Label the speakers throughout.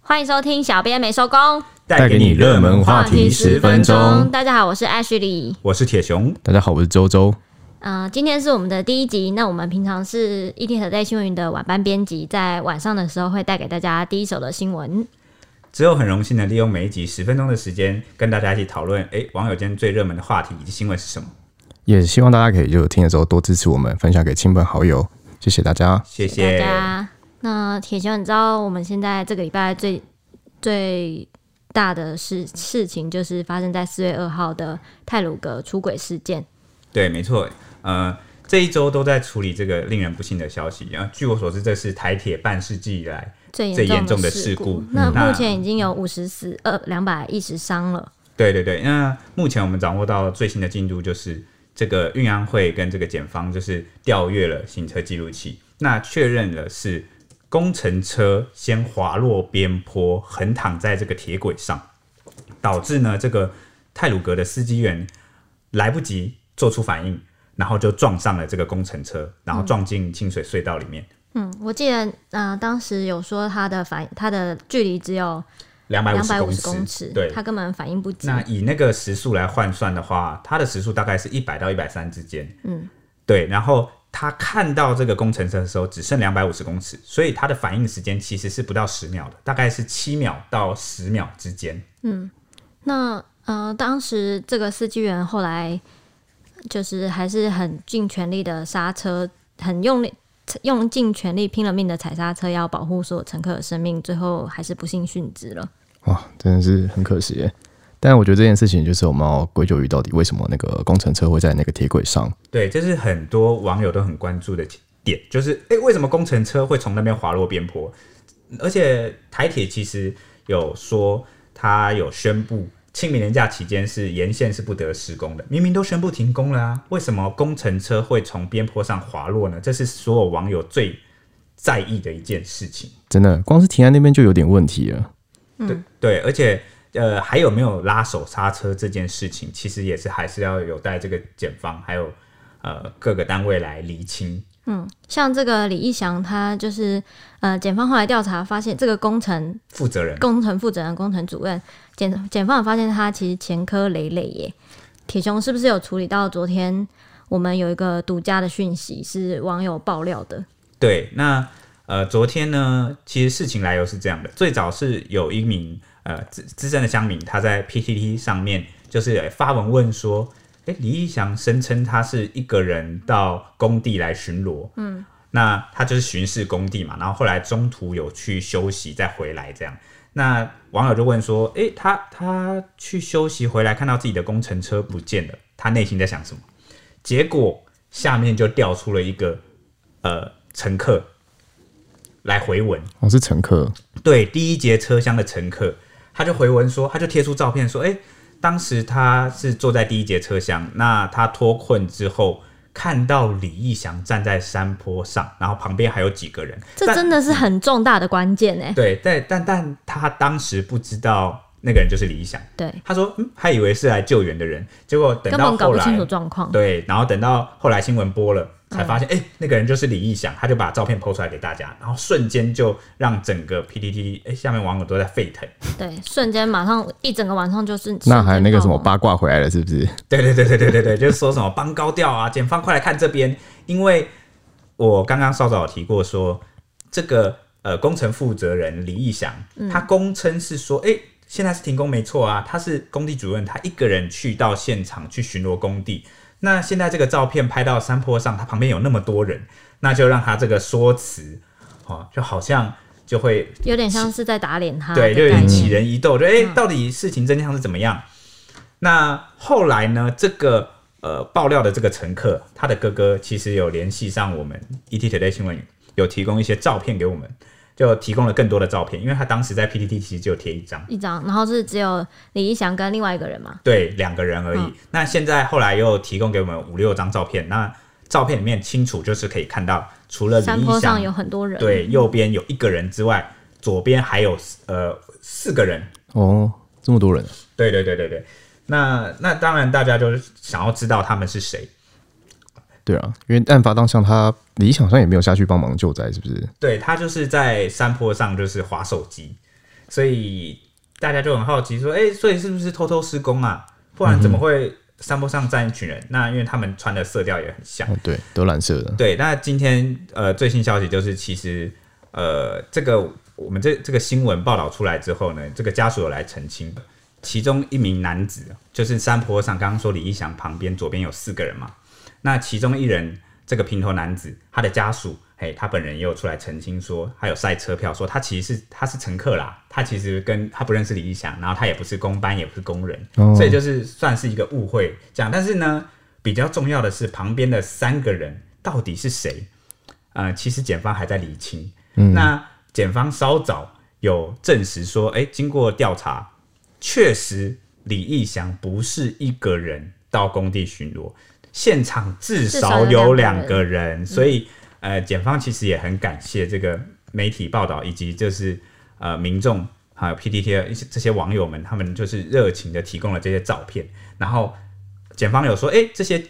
Speaker 1: 欢迎收听《小编没收工》，
Speaker 2: 带给你热门话题十分钟。
Speaker 1: 大家好，我是 Ashley。
Speaker 2: 我是铁熊，
Speaker 3: 大家好，我是周周。
Speaker 1: 呃，今天是我们的第一集。那我们平常是 ET Today 新闻云的晚班编辑，在晚上的时候会带给大家第一手的新闻。
Speaker 2: 只有很荣幸的利用每一集十分钟的时间，跟大家一起讨论，诶，网友间最热门的话题以及新闻是什么？
Speaker 3: 也希望大家可以就听的时候多支持我们，分享给亲朋好友，谢谢大家。
Speaker 2: 谢
Speaker 1: 大
Speaker 2: 谢。
Speaker 1: 家，那铁熊，你知道我们现在这个礼拜最最大的事事情，就是发生在四月二号的泰鲁格出轨事件。
Speaker 2: 对，没错，呃，这一周都在处理这个令人不幸的消息。然、后，据我所知，这是台铁半世纪以来
Speaker 1: 最
Speaker 2: 最
Speaker 1: 严
Speaker 2: 严
Speaker 1: 重
Speaker 2: 重
Speaker 1: 的
Speaker 2: 的
Speaker 1: 事
Speaker 2: 事
Speaker 1: 故
Speaker 2: 故。
Speaker 1: 那
Speaker 2: 嗯那
Speaker 1: 目前已经有五十死，呃，两百一十伤了。
Speaker 2: 对对对，那目前我们掌握到最新的进度就是，这个运安会跟这个检方就是调阅了行车记录器，那确认了是工程车先滑落边坡，横躺在这个铁轨上，导致呢这个泰鲁格的司机员来不及做出反应，然后就撞上了这个工程车，然后撞进清水隧道里面，
Speaker 1: 嗯，我记得，呃，当时有说他的反，他的距离只有
Speaker 2: 两百五
Speaker 1: 两
Speaker 2: 十
Speaker 1: 百五
Speaker 2: 公
Speaker 1: 十
Speaker 2: 尺，
Speaker 1: 公尺，
Speaker 2: 对，
Speaker 1: 他根本反应不及。
Speaker 2: 那以那个时速来换算的话，它的时速大概是一百到一百三之间。嗯，对。然后他看到这个工程车的时候，只剩两百五十公尺，所以他的反应时间其实是不到十秒的，大概是七秒到十秒之间。
Speaker 1: 那呃，当时这个司机员后来就是还是很尽全力的刹车，很用力。用尽全力、拼了命的踩刹车，要保护所有乘客的生命，最后还是不幸殉职了。
Speaker 3: 哇，真的是很可惜耶。但我觉得这件事情就是我们要归咎于到底为什么那个工程车会在那个铁轨上。
Speaker 2: 对，这是很多网友都很关注的点，就是诶，为什么工程车会从那边滑落边坡？而且台铁其实有说，它有宣布清明年假期间是沿线是不得施工的，明明都宣布停工了啊，为什么工程车会从边坡上滑落呢？这是所有网友最在意的一件事情。
Speaker 3: 真的，光是停在那边就有点问题了。
Speaker 2: 对对，而且呃，还有没有拉手刹车这件事情，其实也是还是要有待这个检方还有呃各个单位来厘清。
Speaker 1: 像这个李义祥，他就是呃，检方后来调查发现，这个工程
Speaker 2: 负责人
Speaker 1: 工程负责人、工程主任，检检方也发现他其实前科累累耶。铁熊是不是有处理到昨天我们有一个独家的讯息是网友爆料的？
Speaker 2: 对，那呃，昨天呢，其实事情来由是这样的，最早是有一名呃资资深的乡民，他在 PTT 上面就是呃发文问说，诶，李义祥声称他是一个人到工地来巡逻，嗯，那他就是巡视工地嘛，然后后来中途有去休息再回来这样。那网友就问说：“诶，他他去休息回来，看到自己的工程车不见了，他内心在想什么？”结果下面就调出了一个呃乘客来回文，
Speaker 3: 我、哦是乘客，
Speaker 2: 对第一节车厢的乘客，他就回文说，他就贴出照片说，诶，当时他是坐在第一节车厢，那他脱困之后。看到李义祥站在山坡上，然后旁边还有几个人，
Speaker 1: 这
Speaker 2: 但
Speaker 1: 真的是很重大的关键哎。
Speaker 2: 对，但但但他当时不知道那个人就是李义祥，
Speaker 1: 对，
Speaker 2: 他说、嗯、还以为是来救援的人，结果
Speaker 1: 根
Speaker 2: 等到
Speaker 1: 本搞
Speaker 2: 后
Speaker 1: 不
Speaker 2: 来
Speaker 1: 清楚状况。
Speaker 2: 对，然后等到后来新闻播了，才发现哎、诶那个人就是李义祥，他就把照片抛出来给大家，然后瞬间就让整个 PTT 哎、下面网友都在沸腾。
Speaker 1: 对，瞬间马上一整个晚上就是
Speaker 3: 那还有那个什么
Speaker 1: 瞬间爆
Speaker 3: 八卦回来了，是不是？
Speaker 2: 对对对对对对对，就是说什么帮高调啊，检方快来看这边，因为我刚刚稍早有提过说，这个呃工程负责人李义祥，他供称是说，哎、现在是停工没错啊，他是工地主任，他一个人去到现场去巡逻工地。那现在这个照片拍到山坡上，他旁边有那么多人，那就让他这个说辞，哦，就好像就会
Speaker 1: 棚，有点像是在打脸啊他的概
Speaker 2: 对，
Speaker 1: 念。嗯
Speaker 2: 就有点起人疑窦，就哎、到底事情真相是怎么样？那后来呢，这个呃爆料的这个乘客，他的哥哥其实有联系上我们 ET Today 新闻，有提供一些照片给我们，就提供了更多的照片，因为他当时在 PTT 其实就有贴一张。
Speaker 1: 一张，然后是只有李义祥跟另外一个人嘛。
Speaker 2: 对，两个人而已。
Speaker 1: 嗯
Speaker 2: 那现在后来又提供给我们五六张照片，那照片里面清楚就是可以看到，除了
Speaker 1: 山
Speaker 2: 呃李
Speaker 1: 坡
Speaker 2: 义
Speaker 1: 上
Speaker 2: 祥
Speaker 1: 有很多人，
Speaker 2: 对右边有一个人之外，左边还有呃四个人，
Speaker 3: 哦，这么多人啊，
Speaker 2: 对对对对对，那那当然，大家就是想要知道他们是谁。
Speaker 3: 对啊，因为案发当下他理想上也没有下去帮忙救灾，是不是？
Speaker 2: 对他就是在山坡上就是划手机，所以大家就很好奇说，哎、所以是不是偷偷施工啊？不然怎么会山坡上站一群人？那因为他们穿的色调也很像。
Speaker 3: 哦，对，都蓝色的，
Speaker 2: 对，那今天呃最新消息就是，其实呃这个我们这这个新闻报道出来之后呢，这个家属有来澄清，其中一名男子就是山坡上刚刚说李义祥旁边左边有四个人嘛，那其中一人这个平头男子他的家属。嘿，他本人也有出来澄清说，他有晒车票，说他其实是他是乘客啦，他其实跟他不认识李义祥，然后他也不是工班，也不是工人，
Speaker 3: 哦
Speaker 2: 所以就是算是一个误会这样。但是呢，比较重要的是旁边的三个人到底是谁？呃，其实检方还在理清。那检方稍早有证实说，哎、经过调查，确实李义祥不是一个人到工地巡逻，现场至
Speaker 1: 至少
Speaker 2: 少
Speaker 1: 有
Speaker 2: 有
Speaker 1: 两
Speaker 2: 两
Speaker 1: 个
Speaker 2: 个人，所以呃，检方其实也很感谢这个媒体报道以及就是呃民众还有 PTT 的一些这些网友们，他们就是热情的提供了这些照片，然后检方有说，哎、这些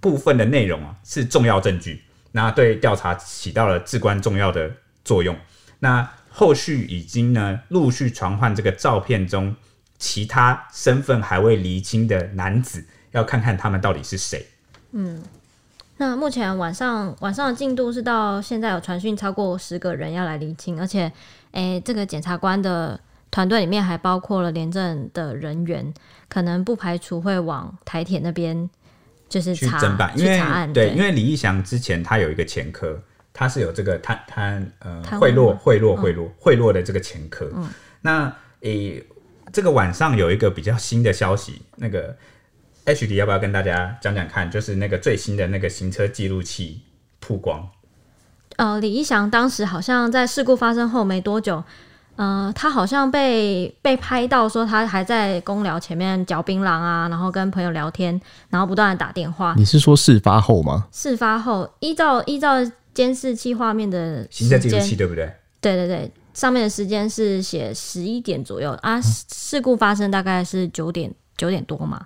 Speaker 2: 部分的内容啊是重要证据，那对调查起到了至关重要的作用。那后续已经呢陆续传唤这个照片中其他身份还未厘清的男子，要看看他们到底是谁。
Speaker 1: 那目前晚上晚上的进度是到现在有传讯超过十个人要来厘清，而且，诶、这个检察官的团队里面还包括了廉政的人员，可能不排除会往台铁那边就是
Speaker 2: 去
Speaker 1: 查
Speaker 2: 侦办，因
Speaker 1: 去
Speaker 2: 为
Speaker 1: 查案，
Speaker 2: 对，因为李义祥之前他有一个前科，他是有这个贪贪呃
Speaker 1: 贪污嗯
Speaker 2: 贿赂
Speaker 1: 吗
Speaker 2: 贿赂贿赂贿赂的这个前科。那诶、这个晚上有一个比较新的消息，那个 H D 要不要跟大家讲讲看？就是那个最新的那个行车记录器曝光，
Speaker 1: 呃，李义祥当时好像在事故发生后没多久，呃，他好像被被拍到说他还在公寮前面嚼槟榔啊，然后跟朋友聊天，然后不断的打电话。
Speaker 3: 你是说事发后吗？
Speaker 1: 事发后，依照依照监视器画面的时
Speaker 2: 行车记录
Speaker 1: 间，
Speaker 2: 器对不对？
Speaker 1: 对对对，上面的时间是写十一点左右
Speaker 2: 嗯
Speaker 1: 啊，事故发生大概是九点九点多嘛，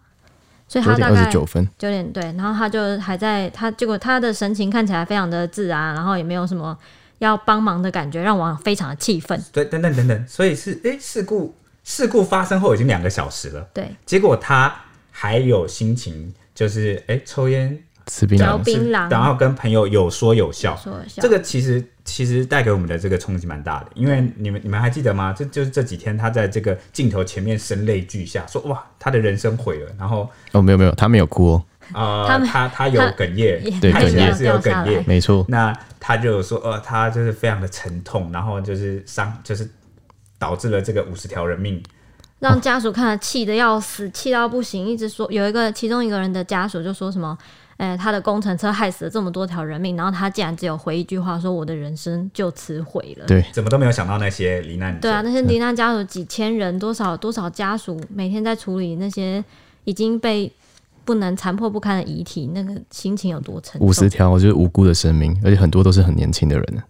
Speaker 1: 所以
Speaker 3: 九
Speaker 1: 他
Speaker 3: 点
Speaker 1: 大概
Speaker 3: 二十九分，
Speaker 1: 九点对，然后他就还在他结果他的神情看起来非常的自然，然后也没有什么要帮忙的感觉，让我非常的气愤。
Speaker 2: 对，等等等等，所以是诶、事故事故发生后已经两个小时了，
Speaker 1: 对，
Speaker 2: 结果他还有心情就是诶、抽烟。
Speaker 3: 吃槟
Speaker 1: 嚼
Speaker 3: 榔
Speaker 1: 槟，槟榔
Speaker 2: 然后跟朋友有说有笑，
Speaker 1: 说一下
Speaker 2: 这个其实其实带给我们的这个冲击蛮大的，因为你们你们还记得吗？这就是这几天他在这个镜头前面声泪俱下，说哇他的人生毁了，然后
Speaker 3: 哦，没有没有，他没有哭哦，
Speaker 2: 啊、呃
Speaker 1: 他们
Speaker 2: 他他有
Speaker 1: 他
Speaker 2: 哽咽
Speaker 1: 眼，
Speaker 3: 对
Speaker 2: 他
Speaker 3: 哽
Speaker 2: 也
Speaker 3: 咽
Speaker 2: 是有
Speaker 1: 掉下
Speaker 2: 哽
Speaker 1: 来
Speaker 2: 咽，
Speaker 3: 没错，
Speaker 2: 那他就有说，呃，他就是非常的沉痛，然后就是伤，就是导致了这个五十条人命。
Speaker 3: 哦
Speaker 1: 让家属看了气得要死，气到不行，一直说有一个其中一个人的家属就说什么，哎、他的工程车害死了这么多条人命，然后他竟然只有回一句话说我的人生就此毁了。
Speaker 3: 对，
Speaker 2: 怎么都没有想到那些罹难者，
Speaker 1: 对啊，那些罹难家属几千人，多少多少家属每天在处理那些已经被不能残破不堪的遗体，那个心情有多沉重？
Speaker 3: 五十条就是无辜的生命，而且很多都是很年轻的人，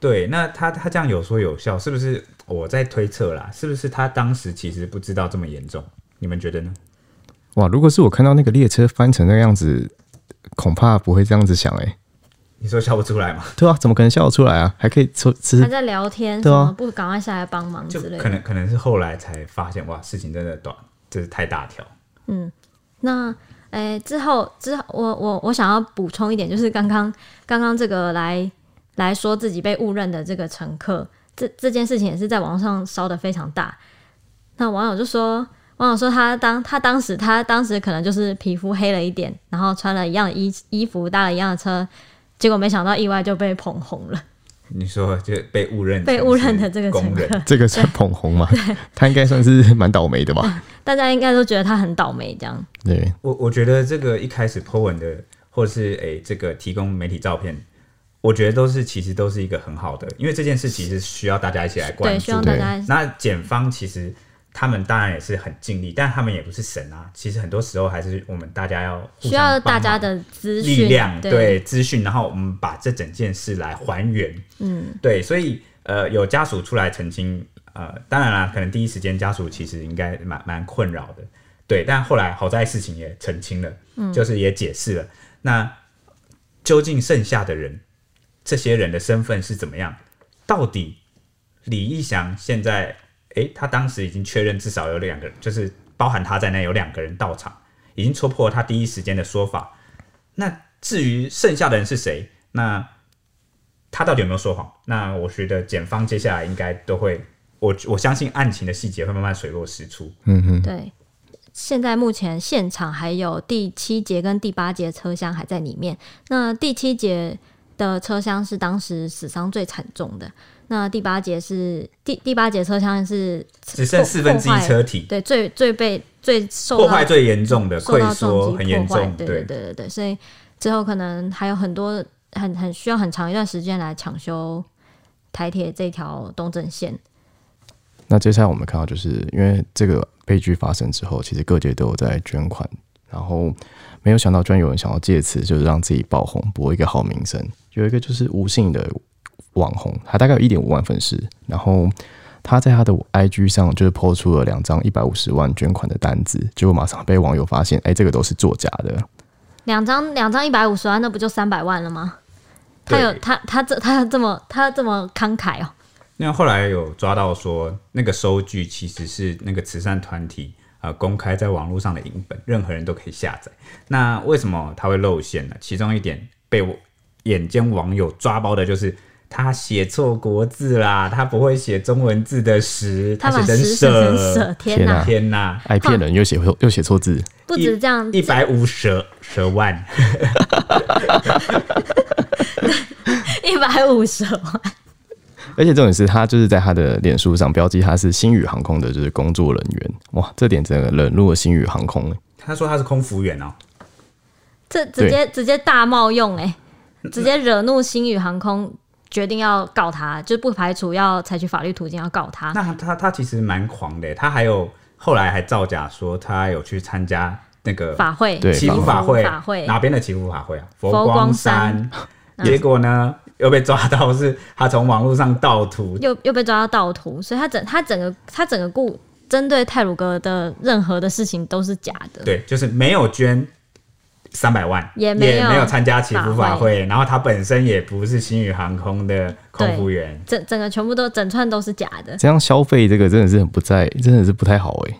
Speaker 2: 对，那他他这样有说有笑，是不是我在推测啦？是不是他当时其实不知道这么严重？你们觉得呢？
Speaker 3: 哇，如果是我看到那个列车翻成那个样子，恐怕不会这样子想哎、
Speaker 2: 你说笑不出来吗？
Speaker 3: 对啊，怎么可能笑得出来啊？还可以吃
Speaker 1: 还
Speaker 3: 吃，
Speaker 1: 在聊天，什
Speaker 3: 对啊
Speaker 1: 么不赶快下来帮忙之
Speaker 2: 就
Speaker 1: 类
Speaker 2: 可
Speaker 1: 的。
Speaker 2: 能可能是后来才发现，哇，事情真的短，真是太大条。
Speaker 1: 那诶、之后之后，我我我想要补充一点，就是刚刚刚刚这个来来说自己被误认的这个乘客，这这件事情也是在网上烧的非常大。那网友就说，网友说他当他当时他当时可能就是皮肤黑了一点，然后穿了一样的衣衣服，搭了一样的车，结果没想到意外就被捧红了，
Speaker 2: 你说就被误认
Speaker 1: 被
Speaker 2: 成
Speaker 1: 误
Speaker 2: 是
Speaker 1: 认的这个乘
Speaker 2: 工
Speaker 1: 客
Speaker 2: 人，，
Speaker 3: 这个算捧红嘛？他应该算是蛮倒霉的吧？
Speaker 1: 大家应该都觉得他很倒霉这样。
Speaker 3: 对，
Speaker 2: 我我觉得这个一开始 po 文的，或者是诶、这个提供媒体照片，我觉得都是其实都是一个很好的，因为这件事其实需要大家一起来关
Speaker 1: 对，
Speaker 2: 注。
Speaker 1: 希望大家
Speaker 2: 那检方其实他们当然也是很尽力，但他们也不是神啊。其实很多时候还是我们大家要互相
Speaker 1: 需要大
Speaker 2: 帮
Speaker 1: 家
Speaker 2: 忙
Speaker 1: 的资讯
Speaker 2: 力量，
Speaker 1: 对
Speaker 2: 对资讯，然后我们把这整件事来还原。嗯，对，所以呃，有家属出来澄清，呃，当然啦，可能第一时间家属其实应该蛮蛮困扰的，对，但后来好在事情也澄清了，
Speaker 1: 嗯
Speaker 2: 就是也解释了。那究竟剩下的人，这些人的身份是怎么样？到底李义祥现在诶、他当时已经确认至少有两个人，就是包含他在内有两个人到场，已经戳破了他第一时间的说法。那至于剩下的人是谁，那他到底有没有说谎？那我觉得检方接下来应该都会，我我相信案情的细节会慢慢水落石出。
Speaker 1: 对，现在目前现场还有第七节跟第八节车厢还在里面。那第七节的车厢是当时死伤最惨重的，那第八节是第第八节车厢是
Speaker 2: 只剩四分之
Speaker 1: 破
Speaker 2: 一
Speaker 1: 坏
Speaker 2: 车体
Speaker 1: 对最最被最受
Speaker 2: 破
Speaker 1: 到
Speaker 2: 坏最严重的
Speaker 1: 受到
Speaker 2: 溃
Speaker 1: 撞
Speaker 2: 缩
Speaker 1: 击
Speaker 2: 很严
Speaker 1: 破坏
Speaker 2: 重，，
Speaker 1: 对对对对对，所以之后可能还有很多很很需要很长一段时间来抢修台铁这条东正线。
Speaker 3: 那接下来我们看到，就是因为这个悲剧发生之后，其实各界都有在捐款，然后没有想到，居然有人想要借此就是让自己爆红，博一个好名声。有一个就是吴姓的网红，他大概有一点五万粉丝，然后他在他的 IG 上就是抛出了两张一百五十万捐款的单子，结果马上被网友发现，哎、这个都是作假的。
Speaker 1: 两张两张一百五十万，那不就三百万了吗？他
Speaker 2: 对
Speaker 1: 有他他这他这么他这么慷慨哦、
Speaker 2: 那后来有抓到说，那个收据其实是那个慈善团体呃公开在网络上的影本，任何人都可以下载。那为什么它会露馅呢？其中一点被我眼尖网友抓包的就是他写错国字啦，他不会写中文字的“石”，
Speaker 1: 他把
Speaker 2: 写
Speaker 1: 十
Speaker 2: 成
Speaker 1: 死成舍，天
Speaker 3: 天
Speaker 1: 哪！
Speaker 3: 哪
Speaker 2: 天哪，
Speaker 3: 哎，骗人又写错又写错字，
Speaker 1: 不止这样，
Speaker 2: 一百五蛇蛇万，
Speaker 1: 一百五十万，
Speaker 3: 而且重点是他就是在他的脸书上标记他是星宇航空的就是工作人员，哇，这点整个冷落了星宇航空、哎
Speaker 2: 他说他是空服员哦、
Speaker 1: 这直接直接大冒用哎、直接惹怒星宇航空，决定要告他，就不排除要采取法律途径要告他。
Speaker 2: 那他他其实蛮狂的，欸他还有后来还造假说他有去参加那个
Speaker 1: 法会
Speaker 3: 对
Speaker 2: 祈福法
Speaker 1: 祈
Speaker 2: 会，
Speaker 1: 福法会
Speaker 2: 哪边的祈福法会啊？佛
Speaker 1: 光
Speaker 2: 光
Speaker 1: 山
Speaker 2: 山。结果呢，又被抓到是他从网络上盗图，
Speaker 1: 又又被抓到盗图，所以他整他整个他整个故针对泰鲁格的任何的事情都是假的。
Speaker 2: 对，就是没有捐三百万，
Speaker 1: 也没
Speaker 2: 没
Speaker 1: 有
Speaker 2: 有参加祈福
Speaker 1: 法
Speaker 2: 法
Speaker 1: 会
Speaker 2: 会，然后他本身也不是星宇航空的空服员。
Speaker 1: 整整个全部都整串都是假的。
Speaker 3: 这样消费这个真的是很不在，真的是不太好哎、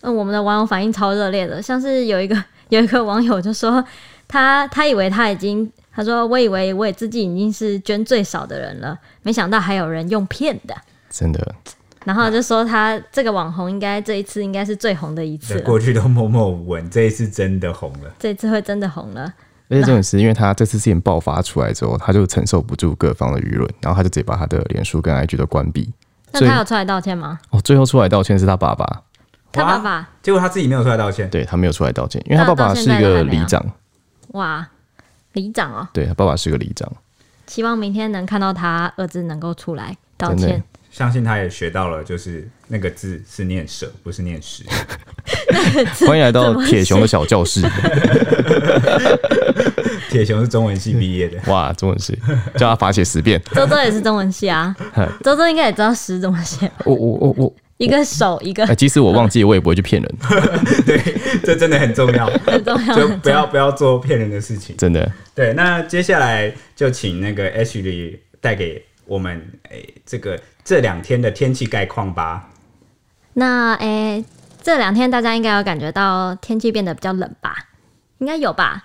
Speaker 1: 那嗯我们的网友反应超热烈的，像是有一个 有一个网友就说，他他以为他已经，他说我以为我也自己已经是捐最少的人了，没想到还有人用骗的。
Speaker 3: 真的。
Speaker 1: 然后就说他这个网红应该这一次应该是最红的一次
Speaker 2: 对，
Speaker 1: 了，
Speaker 2: 过去都默默无闻，这一次真的红了。
Speaker 1: 这一次会真的红了。
Speaker 3: 而且重点是因为他这次事情爆发出来之后，他就承受不住各方的舆论，然后他就直接把他的脸书跟 IG 都关闭。
Speaker 1: 那
Speaker 3: 所以
Speaker 1: 他有出来道歉吗？
Speaker 3: 哦，最后出来道歉是他爸爸，
Speaker 1: 他爸
Speaker 2: 哇
Speaker 1: 爸
Speaker 2: 结果他自己没有出来道歉，
Speaker 3: 对他没有出来道歉，因为他
Speaker 1: 那
Speaker 3: 爸爸
Speaker 1: 到
Speaker 3: 是
Speaker 1: 现在
Speaker 3: 一
Speaker 1: 都还
Speaker 3: 个
Speaker 1: 没有
Speaker 3: 里长，
Speaker 1: 哇，里长哦，
Speaker 3: 对他爸爸是个里 长，
Speaker 1: 希望明天能看到他儿子能够出来道
Speaker 3: 真
Speaker 1: 歉
Speaker 3: 的。
Speaker 2: 相信他也学到了，就是那个字是念舍，不是念石。
Speaker 3: 欢迎来
Speaker 1: 怎
Speaker 3: 到
Speaker 1: 么
Speaker 3: 铁熊的
Speaker 1: 写
Speaker 3: 小教室，
Speaker 2: 铁熊是中文系毕业的，
Speaker 3: 哇，中文是叫他罚写十 遍，
Speaker 1: 周周也是中文系 啊，周周应该也知道诗怎么写，
Speaker 3: 我我我我，
Speaker 1: 一个手一个
Speaker 3: 哎，即使我忘记，我也不会去骗人，
Speaker 2: 这真的很重要，
Speaker 1: 很重要。
Speaker 2: 就不要不要做骗人的事情。
Speaker 3: 真的。
Speaker 2: 对，那接下来就请那个 H 里带给我们诶、这个这两天的天气概况吧。
Speaker 1: 那诶、这两天大家应该有感觉到天气变得比较冷吧？应该有吧？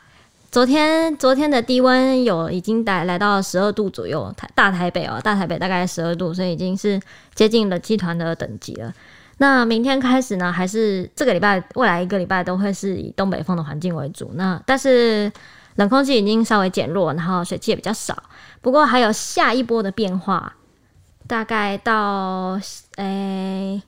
Speaker 1: 昨天昨天的低温有已经来来到十二度左右，台大台北哦，大台北大概十二度，所以已经是接近冷气团的等级了。那明天开始呢，还是这个礼拜未来一个礼拜都会是以东北风的环境为主。那但是冷空气已经稍微减弱，然后水汽也比较少。不过还有下一波的变化，大概到诶。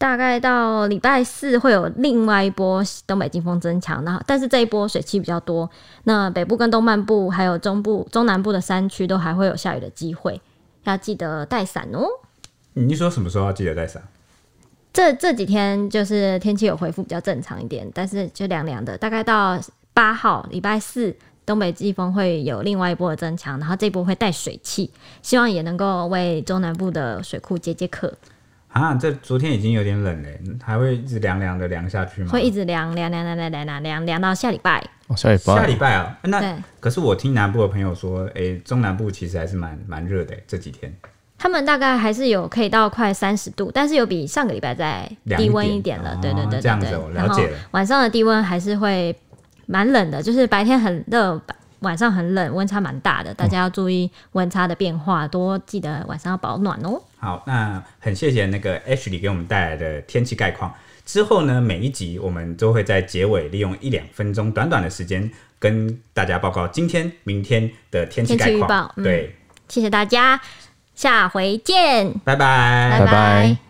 Speaker 1: 大概到礼拜四会有另外一波东北季风增强，然后但是这一波水汽比较多，那北部跟东半部还有中部、中南部的山区都还会有下雨的机会，要记得带伞哦。
Speaker 2: 你是说什么时候要记得带伞？
Speaker 1: 这这几天就是天气有恢复比较正常一点，但是就凉凉的。大概到八号，礼拜四，东北季风会有另外一波的增强，然后这一波会带水汽，希望也能够为中南部的水库解解渴。
Speaker 2: 啊，这昨天已经有点冷嘞，还会一直凉凉的凉下去吗？
Speaker 1: 会一直凉凉凉凉凉凉凉凉凉到下礼拜。
Speaker 3: 哦，下礼
Speaker 2: 下礼
Speaker 3: 拜
Speaker 2: 拜啊，那
Speaker 1: 对
Speaker 2: 可是我听南部的朋友说，诶、中南部其实还是蛮蛮热的、这几天。
Speaker 1: 他们大概还是有可以到快三十度，但是有比上个礼拜再
Speaker 2: 凉
Speaker 1: 低
Speaker 2: 一
Speaker 1: 温
Speaker 2: 点
Speaker 1: 一点了。
Speaker 2: 哦
Speaker 1: 对对对
Speaker 2: 这样
Speaker 1: 对
Speaker 2: 子
Speaker 1: 对
Speaker 2: 我。了
Speaker 1: 然后
Speaker 2: 解了
Speaker 1: 晚上的低温还是会蛮冷的，就是白天很热，晚上很冷，温差蛮大的，大家要注意温差的变化，多记得晚上要保暖哦。
Speaker 2: 好，那很谢谢那个 Ashley 给我们带来的天气概况。之后呢，每一集我们都会在结尾利用一两分钟短短的时间跟大家报告今天、明天的天气概
Speaker 1: 天气预
Speaker 2: 况
Speaker 1: 报。嗯
Speaker 2: 对，
Speaker 1: 谢谢大家，下回见，
Speaker 2: 拜拜
Speaker 3: 拜拜
Speaker 1: 拜